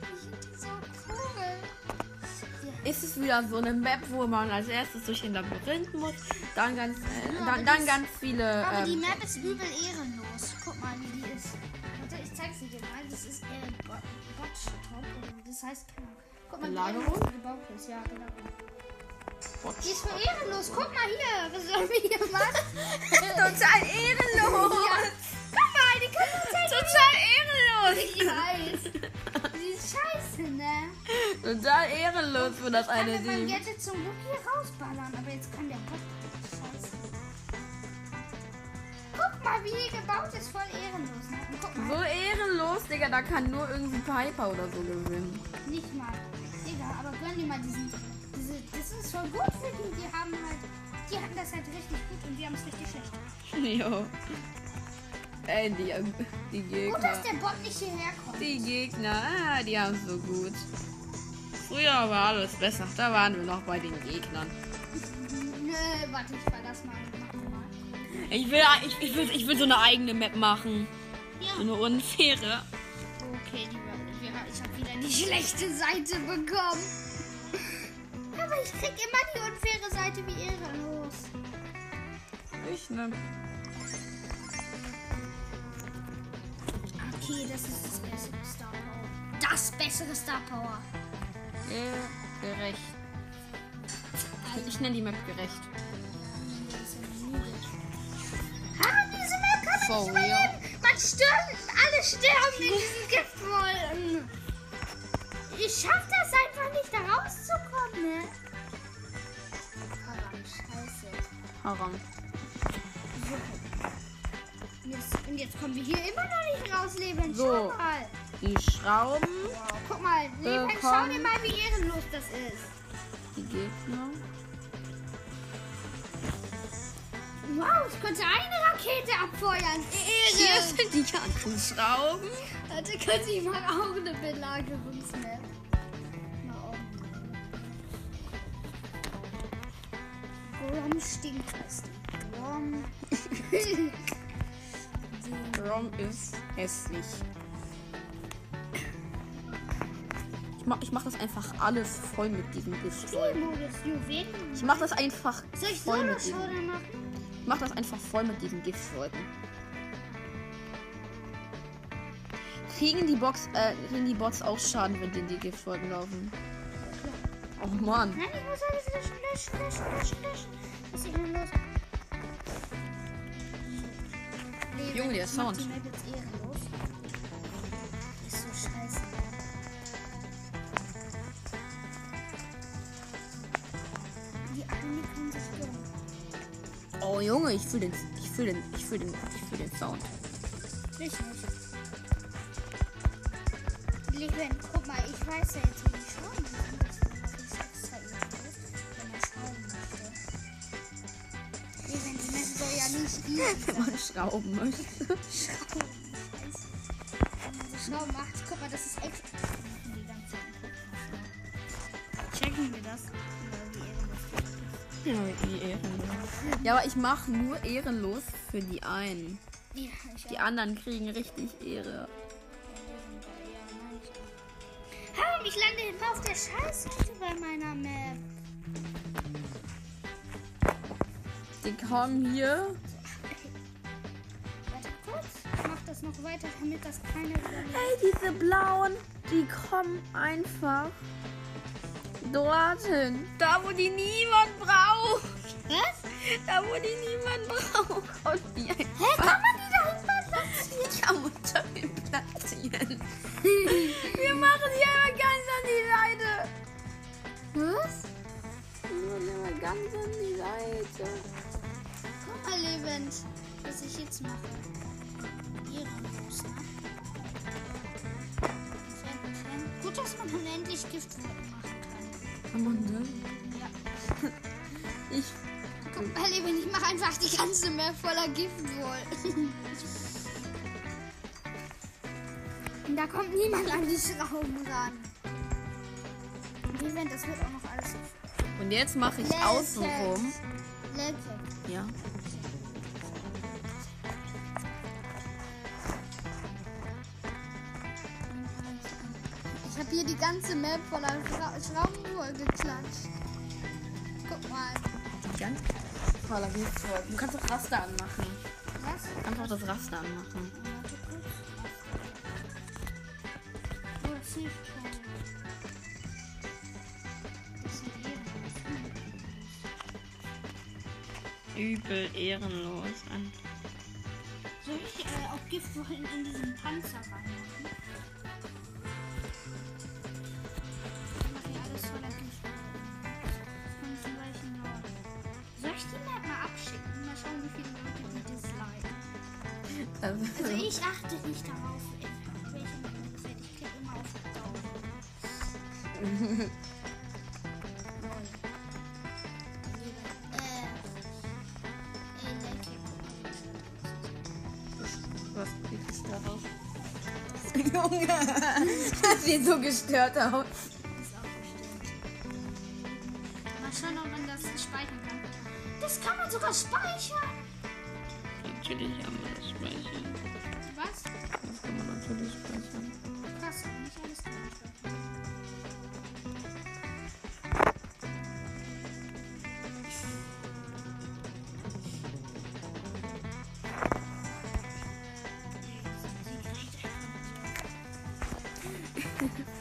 S2: Ich finde die so cool.
S1: Ist es wieder so eine Map, wo man als erstes durch den Labyrinth muss, dann ganz, äh,
S2: Ja, aber
S1: dann, dann
S2: das-
S1: ganz viele.
S2: Aber die
S1: Ähm,
S2: Map ist übel ehrenlos. Guck mal, wie die ist. Warte, ich zeig sie dir mal. Das ist äh, Bo- Botchtop. oder wie Das heißt, keine Ahnung. Guck mal, wie
S1: Belagerung?
S2: ehrenlos die gebaut ist. Ja, genau. Die ist voll ehrenlos. Guck mal hier. Was sollen wir hier machen?
S1: total ehrenlos!
S2: Ja. Guck mal, die kann uns halt
S1: Total ehrenlos!
S2: Ich weiß. Die ist scheiße, ne?
S1: Total ehrenlos für das
S2: Kann
S1: eine
S2: mit meinem
S1: Team.
S2: Gadget zum Glück hier rausballern, aber jetzt kann der Bot. Scheiße. Guck mal, wie hier gebaut ist, voll ehrenlos. Ne? Und Guck mal,
S1: So ehrenlos, Digga, da kann nur irgendwie Piper oder so gewinnen.
S2: halt nicht mal. Digga, aber gönn dir mal diesen. Diese, das ist voll gut für die. Die haben halt. Die hatten das halt richtig gut und wir haben es richtig schlecht.
S1: Jo. Ey, die, äh, die
S2: Gut, dass
S1: Gegner.
S2: der Bot nicht hierher kommt.
S1: Die Gegner, ah, die haben so gut. Früher war alles besser, da waren wir noch bei den Gegnern.
S2: Nö, warte, ich verlass mal. Mach mal.
S1: Ich will, ich, ich, will, ich will so eine eigene Map machen.
S2: Ja.
S1: So eine unfaire.
S2: Okay, die war, wir, ich habe wieder die schlechte Seite bekommen. Aber ich krieg immer die unfaire Seite wie ehrenlos.
S1: Ich ne.
S2: Okay, das ist das bessere Star Power. Das bessere Star Power.
S1: Ge- Äh, Gerecht. Ich nenne die Map gerecht.
S2: Ah, diese Map kann man
S1: For
S2: nicht
S1: real.
S2: überleben. Man stirbt, alle sterben in diesen Giftwolken. Ich schaff das einfach nicht, da rauszukommen. Ne? Ah, scheiße.
S1: Haram.
S2: Yes. Und jetzt kommen wir hier immer noch nicht raus, Leben. Schau
S1: So.
S2: mal.
S1: Die Schrauben,
S2: Wow. Guck mal, Leben, schau
S1: Willkommen.
S2: dir mal, wie ehrenlos das ist.
S1: die Gegner.
S2: Wow, ich konnte eine Rakete abfeuern.
S1: Hier
S2: Ehre.
S1: sind die ganzen Schrauben.
S2: Heute könnte ich mal auch eine Belagerungsmap. Mal um. Grom stinkt heißt die. Grom. Die-
S1: Rom ist hässlich. Ich mach, ich mach das einfach alles voll mit diesem Pistolen.
S2: Spielmodus Juwelen.
S1: Ich mach das einfach
S2: Soll ich
S1: voll mit diesem.
S2: Solo-Showdown machen?
S1: Ich mach das einfach voll mit diesen Giftwolken. Kriegen die Box, äh, kriegen die Bots auch Schaden, wenn die in die Giftwolken laufen? Oh Mann.
S2: Nein, ich muss alles löschen, löschen, löschen, löschen, löschen. Was ist denn los? Nee,
S1: Junge, der
S2: das macht
S1: Sound.
S2: die Map jetzt ehrenlos. Ist so scheiße. Kommunikation.
S1: Oh Junge, ich fühle den, ich fühle den, ich fühle den, ich fühle den Sound.
S2: Ich nicht. Levin, guck mal, ich weiß ja jetzt, wie ich schauen kann. Deswegen mache ich es extra eben groß, wenn er schauen möchte. Levin, die Messe soll ja nicht riesig sein.
S1: Man schrauben möchte.
S2: Schrauben. Scheiße. Wenn man so Schrauben macht, guck mal, das ist extra. Die ganze Zeit. Checken wir das? Oder wie irgendwas?
S1: Ja, wie ehrenlos. Ja, aber ich mache nur ehrenlos für die einen.
S2: Ja, ich
S1: Die anderen kriegen richtig Ehre.
S2: Ham, ich lande hinten auf der Scheißkiste bei meiner Map.
S1: Die kommen hier.
S2: Warte kurz, ich mach das noch weiter, damit das keiner überlebt.
S1: Ey, diese blauen, die kommen einfach dorthin. Da, wo die niemand braucht.
S2: Was?
S1: Da, wo die niemand braucht. Und die
S2: Hä, kann
S1: einfach.
S2: man die da hinten lassen?
S1: Ich kann unter dem platzieren. Wir machen die einmal ganz an die Seite. Was? Wir machen die einmal ganz an die Seite.
S2: Guck mal, Levent, was ich jetzt mache. Ehrenlos, ne? Fan, Fan. Gut, dass man unendlich Gift machen kann. Ja.
S1: Ich.
S2: Guck mal, Levent, ich mache einfach die ganze Map voller Giftwohl. Und da kommt niemand an die Schrauben ran. Levent, das wird auch noch alles.
S1: Und jetzt mache ich außenrum.
S2: Legend.
S1: Ja.
S2: Ich habe hier die ganze Map voller Schra Schrauben geklatscht. Guck mal.
S1: Ganz voller Giftwurm. Du kannst das Raster anmachen.
S2: Was?
S1: Einfach das Raster anmachen.
S2: Warte kurz. Oh, das hilft schon. Das ist ein Ehrenhaus.
S1: Übel ehrenlos.
S2: Soll ich äh, auch Gift wohin in diesen Panzer reinmachen? Ich mache hier alles voller Gift. Und zum Beispiel noch. Soll ich die Map mal abschicken? Mal schauen, wie viele Leute die disliken.
S1: Also,
S2: Also ich achte nicht darauf, in welche Map mir gefällt. Ich klicke immer auf Daumen. Lol. Äh, äh, der Klick.
S1: was kriegst du darauf? Junge, das sieht so gestört aus.
S2: Ist auch bestimmt. Mal schauen, ob man das speichern kann. Das kann man sogar speichern!
S1: Natürlich haben wir das Speichern.
S2: Was?
S1: Das kann man natürlich speichern.
S2: Krass, hab nicht alles gespeichert.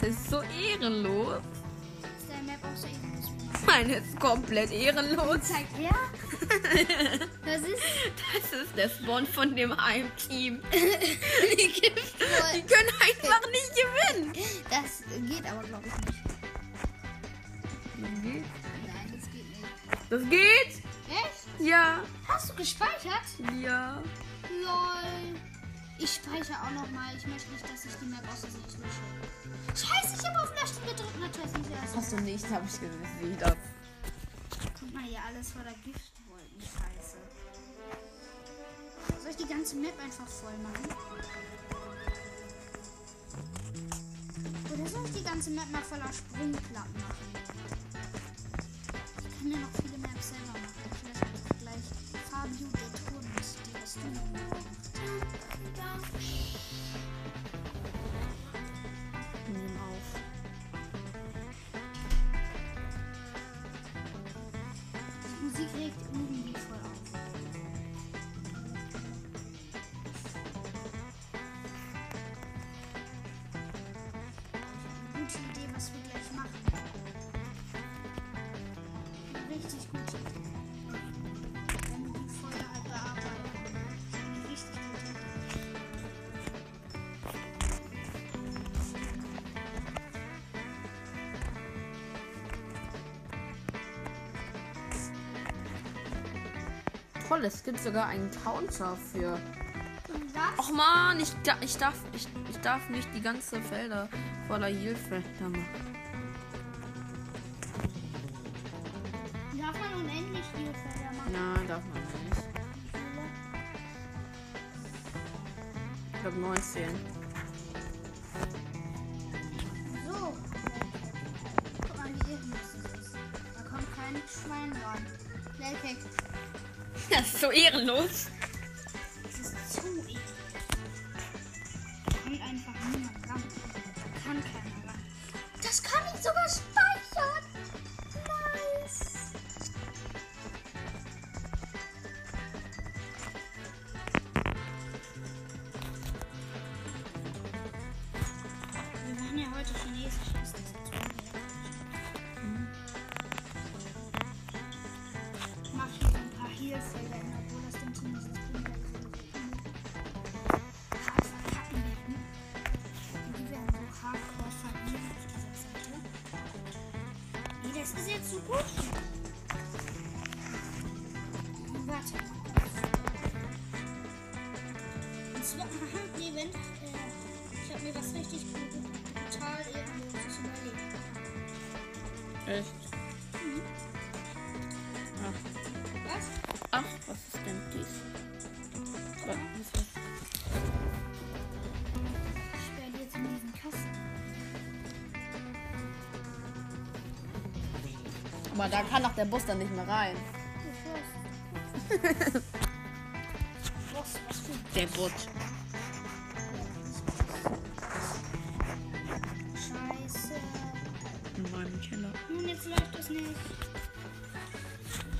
S1: Das ist so ehrenlos.
S2: Ist deine Map auch so ähnlich wie meine?
S1: Meine ist komplett ehrenlos.
S2: Zeig her! Das ist
S1: Das ist der Spawn von dem einen Team.
S2: die
S1: Die
S2: Giftwohl.
S1: können einfach nicht gewinnen.
S2: Das geht aber, glaube ich, nicht. Nein, das geht nicht.
S1: Das geht?
S2: Echt?
S1: Ja.
S2: Hast du gespeichert?
S1: Ja.
S2: Lol. Ich speichere auch nochmal. Ich möchte nicht, dass ich die Map aus Versehen lösche. Scheiße, ich habe auf Löschen gedrückt. Natürlich nicht erst.
S1: Hast du nicht, habe ich gesehen. Das.
S2: Guck mal hier, alles voller Giftwolken. Scheiße. Soll ich die ganze Map einfach voll machen? Oder soll ich die ganze Map mal voller Sprungplatten machen? Ich kann mir noch viele Maps selber machen. Vielleicht mache ich gleich Fabio der Turnus, die hast du noch gemacht.
S1: Nimm auf.
S2: Musik regt irgendwie voll auf. Gute Idee, was wir gleich machen. Eine Richtig gute Idee. Wenn wir die Folge halt bearbeiten. ne? Das ist eine richtig gute Idee.
S1: Toll, es gibt sogar einen Counter für.
S2: Und das?
S1: Och man, ich, da, ich, darf, ich, ich darf nicht die ganze Felder voller Heal-Felder machen.
S2: Darf man unendlich viel Felder machen?
S1: Nein, darf man nicht. Ich glaube 19.
S2: So. Guck mal, wie ehrenlos das ist. Da kommt kein Schwein ran. Playcake,
S1: Das ist so ehrenlos.
S2: das ist zu eklig. Da kommt einfach niemand ran. Da kann keiner ran. Das kann ich sogar speichern. Nice. Wir machen ja heute Chinesisch. Das ist jetzt Ich mach hier so ein paar Heelfelder hin, obwohl das dann zumindest runterkriegt. Hart verkacken werden. Und die werden so hardcore verlieren auf dieser Seite. Nee, das ist jetzt so gut. Warte. Das wird ein Hand-Event. Äh, ich habe mir was richtig gut- brutal ehrenloses überlegt.
S1: Echt?
S2: Mhm.
S1: Ach,
S2: Was?
S1: ach, was ist denn dies? Was- was-
S2: Ich werde jetzt in diesen Kasten.
S1: Aber da kann doch der Bus dann nicht mehr rein.
S2: Was? Was für ein
S1: Der Bus.
S2: Scheiße.
S1: In meinem Keller.
S2: Nun, jetzt läuft das nicht.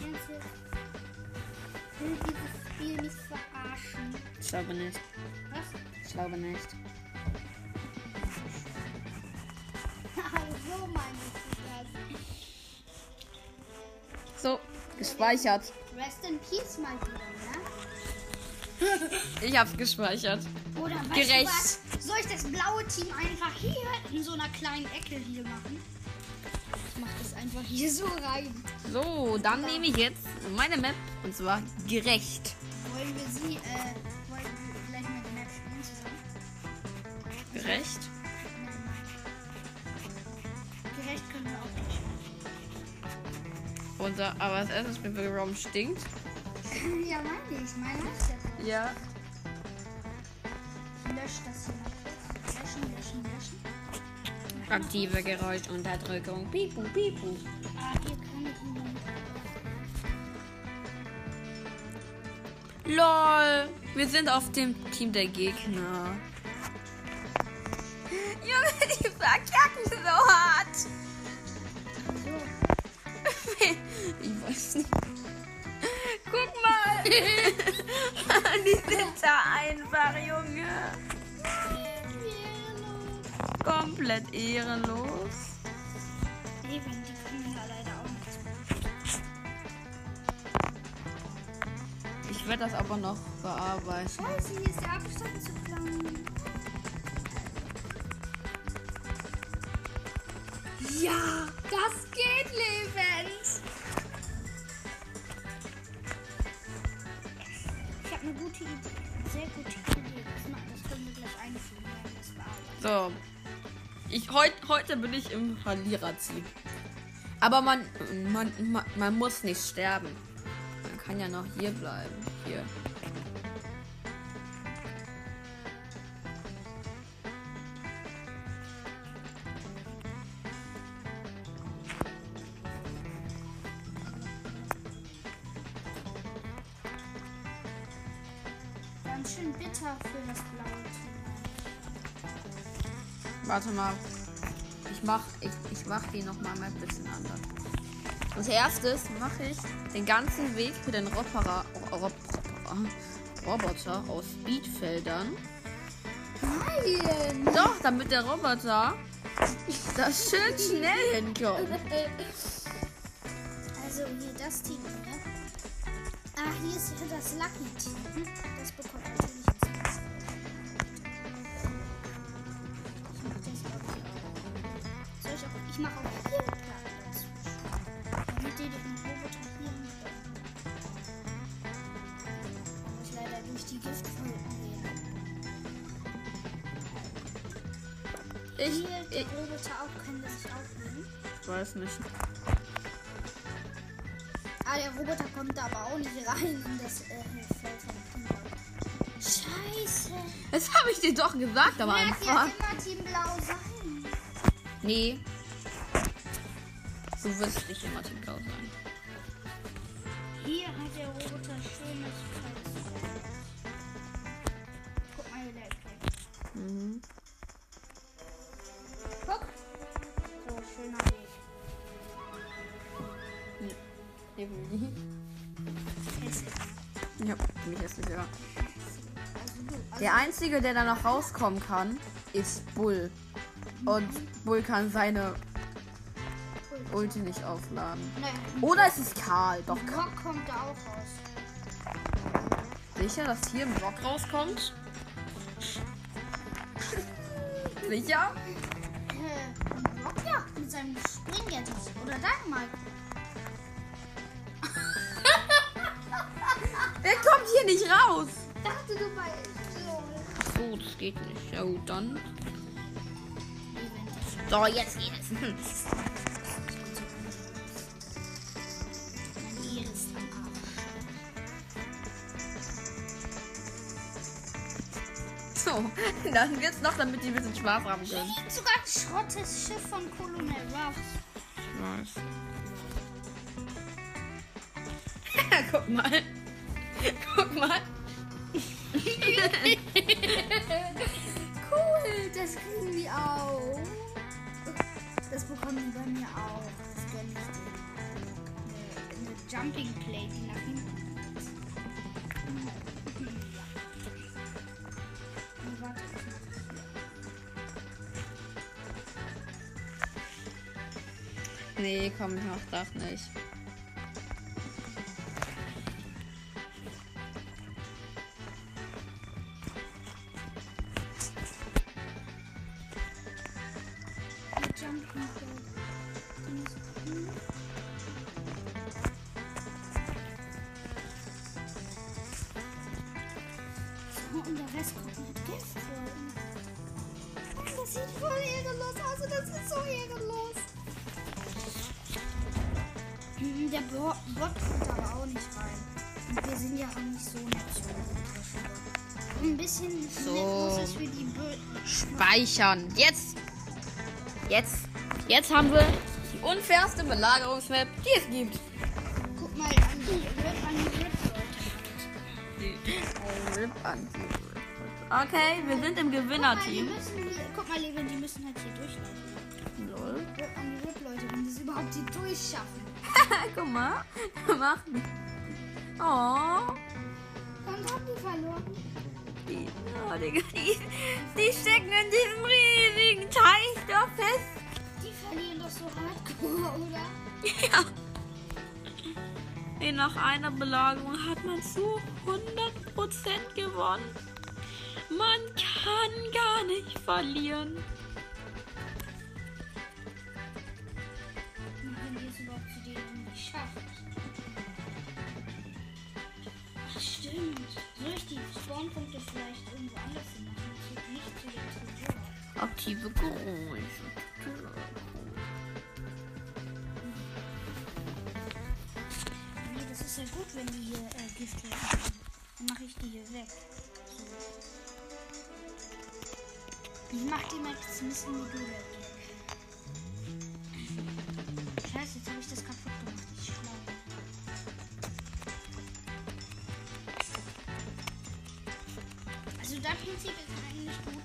S2: Ernsthaft. Ich will dieses Spiel nicht verarschen.
S1: Ich glaube nicht.
S2: Was?
S1: Ich glaube nicht.
S2: so meinst du
S1: So, gespeichert.
S2: das? Rest in Peace mal wieder, ne?
S1: Ich hab's gespeichert.
S2: Oder weißt
S1: Gerecht.
S2: du was? Soll ich das blaue Team einfach hier in so einer kleinen Ecke hier machen? Ich mach das einfach hier so rein.
S1: So, dann nehme ich jetzt meine Map und zwar gerecht.
S2: Wollen wir sie, äh, wollen wir vielleicht mal die Map spielen zusammen?
S1: Gerecht?
S2: Nein, nein. Gerecht können wir auch nicht spielen.
S1: Unser, aber das erste Spiel für Raum stinkt.
S2: ja, meine ich. Meine heißt ja so.
S1: Ja.
S2: Ich lösche das hier mal kurz. Löschen, löschen, löschen.
S1: Aktive Geräuschunterdrückung. Pipu, pipu.
S2: Ah, hier kann ich ihn
S1: LOL. Wir sind auf dem Team der Gegner. Junge, die verkacken so hart.
S2: So.
S1: Ich weiß nicht. Guck mal! Die sind da einfach, Junge. Komplett ehrenlos.
S2: Nee, wenn die können ja leider auch nichts machen.
S1: Ich werde das aber noch bearbeiten.
S2: Scheiße, hier ist der Abstand zu klein. Ja, das geht lebend. Ich habe eine gute Idee. Eine sehr gute Idee. Das, ma- das können wir gleich einfügen, wenn wir das bearbeiten.
S1: So. Ich, heut, heute bin ich im Verlierer-Team. Aber man, man, man, man muss nicht sterben. Man kann ja noch hier bleiben. Hier.
S2: Ganz schön bitter für das blaue Team.
S1: Warte mal. Ich mach, ich, ich mach die nochmal ein bisschen anders. Als erstes mache ich den ganzen Weg für den Roboter, Rob, Roboter aus Speedfeldern.
S2: Nein!
S1: Doch, damit der Roboter das schön schnell hinkommt.
S2: Also hier das Team, ne? Ah, hier ist das Lucky Team. Hm? Das bekommt natürlich jetzt nichts. Ich mach das auch hier auch. Soll ich auch. Ich mache auch hier einen Plan dazu. Damit die den Roboter hier hinkommen. die Giftfrüchte nehmen.
S1: Ich,
S2: Hier, die
S1: ich
S2: Roboter auch können das nicht aufnehmen.
S1: weiß nicht.
S2: Ah, der Roboter kommt da aber auch nicht rein in das äh, Feld von Kinder. Scheiße.
S1: Das habe ich dir doch gesagt, aber
S2: Wird ja
S1: einfach.
S2: immer Team Blau sein.
S1: Nee. Du wirst nicht immer Team Blau sein.
S2: Hier hat der Roboter schönes Kreuz. Guck mal hier der Effekt.
S1: Mhm.
S2: Guck. So schön habe ich. Hässlich.
S1: Ja, mich hässlich, ja.
S2: Also du. Also
S1: Der einzige, der da noch rauskommen kann, ist Bull. Und Bull kann seine Ulti Oh, nicht aufladen.
S2: Nein.
S1: Oder es ist Karl. Doch
S2: Ne, Rock kommt da auch raus.
S1: sicher, dass hier ein Block rauskommt? Sicher?
S2: Äh, Rock jagt mit seinem Springjettos. Oder Dynamite.
S1: Der kommt hier nicht raus.
S2: Dachte du bei so.
S1: Oh, das geht nicht. Ja gut, dann. So, jetzt geht es. Hm.
S2: Mein Ehr ist am Arsch.
S1: So, dann geht's noch, damit die ein bisschen Spaß haben
S2: Hier
S1: können.
S2: liegt sogar ein schrottes Schiff von Colonel Ruff.
S1: Nice. Guck mal. Guck mal.
S2: Cool, das kriegen die auch. Das bekommen die bei mir auch. Das gönn ich denen. Eine, eine Jumping Play, die nach hinten. Hm. Oh, warte, ich mach das hier.
S1: Nee, komm, ich mach das nicht.
S2: Eine Jumping Play. Die muss hin. So, und der Rest kommt mit Gift. Das sieht voll ehrenlos aus und das ist so ehrenlos. Mhm, Der Bo Bot kommt aber auch nicht rein. Und wir sind ja auch nicht so nett zu unseren Ein bisschen
S1: So.
S2: nett muss es für die Bö
S1: Speichern. Jetzt. Jetzt. Jetzt haben wir die unfairste Belagerungsmap, die es gibt.
S2: Guck mal an die Rip an die Rip-Leute.
S1: Rip an. Okay, wir sind im
S2: Guck mal, die
S1: Gewinnerteam.
S2: müssen, hier- guck mal, Levin, die müssen halt hier durchlaufen.
S1: Oh Lol.
S2: Rip an die Rip-Leute, wenn die es überhaupt hier durchschaffen.
S1: Guck mal. Mach. Oh.
S2: Dann haben die verloren.
S1: Die, oh, Digga, die, die stecken in diesem riesigen Teich da fest.
S2: Die verlieren doch so hardcore, oder?
S1: Ja. Nee, nach einer Belagerung hat man zu 100% gewonnen. Man kann gar nicht verlieren.
S2: Und wenn ihr es überhaupt zu denen nicht schafft. Ach stimmt. Soll ich die Spawnpunkte vielleicht irgendwo anders hin machen? Zu- Nicht zu den Tresor.
S1: Aktive Geräusche.
S2: Nee, das ist ja gut, wenn die hier äh, Gift haben. Dann mache ich die hier weg. So. Ich mach die mal jetzt ein bisschen die Dole weg. Scheiße, jetzt habe ich das kaputt gemacht. Ich schlau. Also das Prinzip ist eigentlich gut.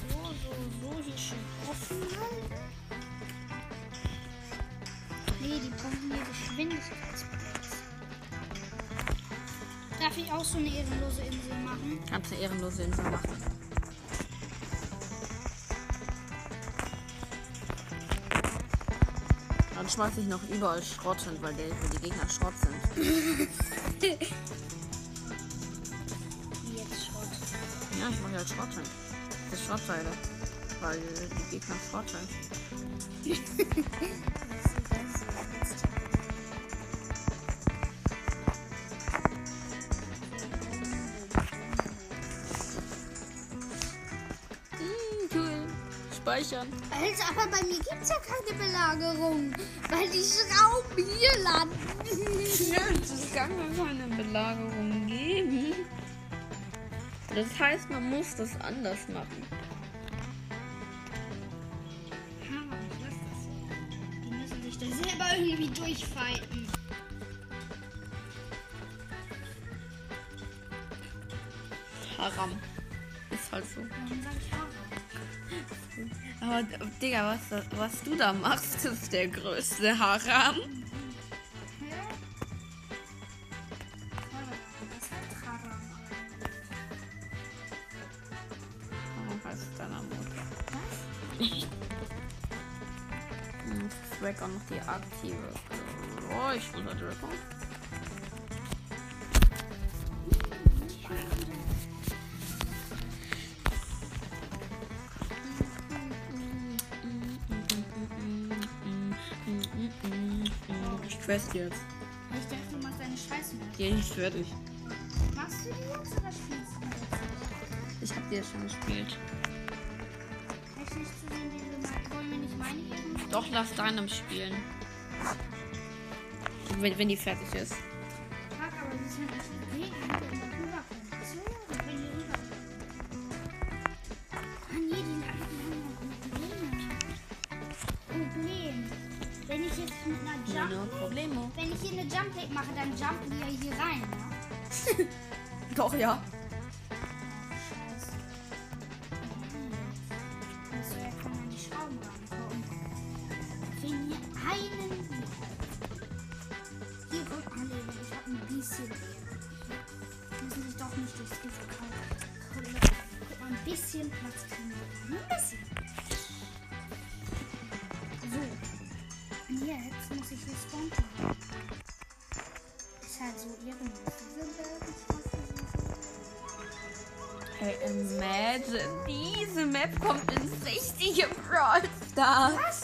S2: So, so, so, hier schön offen halten. Nee, die brauchen hier Geschwindigkeitsplätze. Darf ich auch so eine ehrenlose Insel machen?
S1: Kannst du ehrenlose Insel machen. Dann schmeiß ich noch überall Schrott hin, weil die, weil die Gegner Schrott sind.
S2: Wie Jetzt Schrott.
S1: Ja, ich mache halt Schrott hin. Das Schrottteile. Weil die Gegner Schrott sind.
S2: Jetzt
S1: speichern.
S2: Also, aber bei mir gibt es ja keine Belagerung, weil die Schrauben hier landen.
S1: Stimmt, es kann gar keine Belagerung geben. Das heißt, man muss das anders machen.
S2: Die müssen sich da selber irgendwie durchfalten.
S1: Haram. Ist halt so. Aber Digga, was, das- was du da machst, ist der größte Haram. Haram heißt deiner Mutter. Hm, das ist Weg auch noch die aktive. Oh, ich unterdrücke. Ich quest jetzt.
S2: Ich dachte, du machst deine Scheiße mit.
S1: Die nicht fertig.
S2: Machst du die jetzt oder spielst du jetzt?
S1: Ich hab die ja schon gespielt.
S2: Echt nicht zu sehen, wie du mal- wollen wir nicht meine geben?
S1: Doch, lass deinem spielen. Wenn, wenn die fertig ist.
S2: Fuck, aber das ist halt ja nicht die Idee, wie wir immer rüberkommen. Ach So, und wenn wir rüberkommen. Ah, nee, die Lappen haben ja Probleme. Problem. Wenn ich jetzt mit einer
S1: No
S2: Jump.
S1: problemo.
S2: Wenn ich hier eine Jump Leg mache, dann jumpen wir hier rein, ne?
S1: Doch, ja.
S2: Scheiße. Also, da kann man die Schrauben rankommen. Wenn hier einen. Hier wird anlegen. Ich habe ein bisschen mehr. Müssen sich doch nicht durchs Gift kaufen. Guck mal, ein bisschen Platz kriegen wir. Ein bisschen. So. Und jetzt muss ich respawnen. Ist halt so ehrenlos. Diese Berge, ich hasse sie so.
S1: Hey, imagine. Diese Map kommt ins richtige Brawl Stars.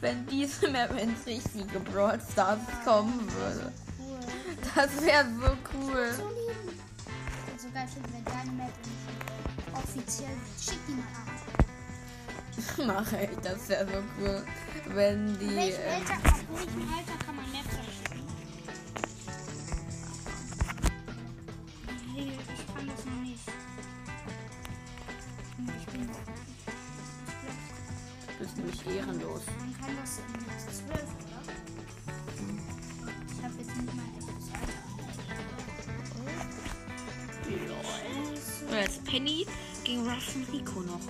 S1: Wenn diese Map ins richtige Brawl Stars kommen würde.
S2: Cool.
S1: Das wäre so cool.
S2: So lieben. Und sogar schon wenn deine Map nicht offiziell schick die mal an.
S1: Mache ich, das wäre so cool. Wenn
S2: In
S1: die.
S2: welchem
S1: äh,
S2: Alter, ab welchem Alter kann man Maps verschicken? Nee, ich kann das noch nicht. Ich bin ich
S1: Das ist nämlich ehrenlos.
S2: glaub, man kann das mit 12, oder? Ich habe jetzt nicht mein echtes Alter.
S1: So, jetzt Penny gegen Ruff und Rico noch.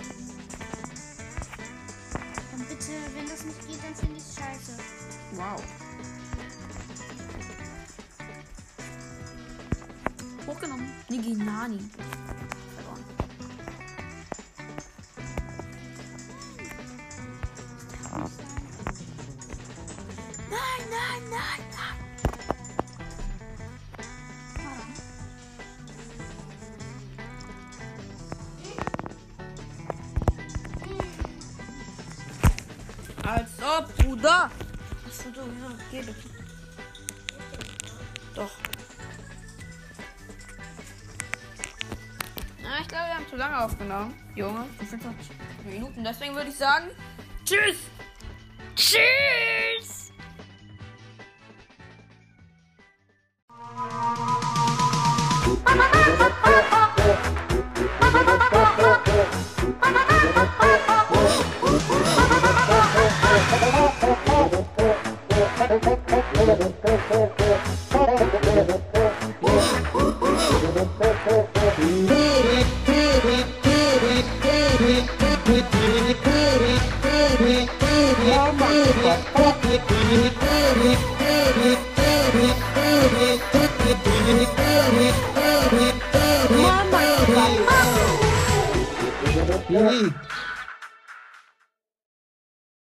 S2: Und bitte, wenn das nicht geht, dann finde ich es scheiße.
S1: Wow. Hochgenommen. Nee, gegen Nani. Verloren. Nein, nein, nein, nein.
S2: Ah.
S1: Also, Bruder. Achso, du, ja, geh bitte. Doch. Na, ich glaube, wir haben zu lange aufgenommen. Junge, 25 Minuten. Deswegen würde ich sagen, tschüss. Tschüss.
S3: Mama,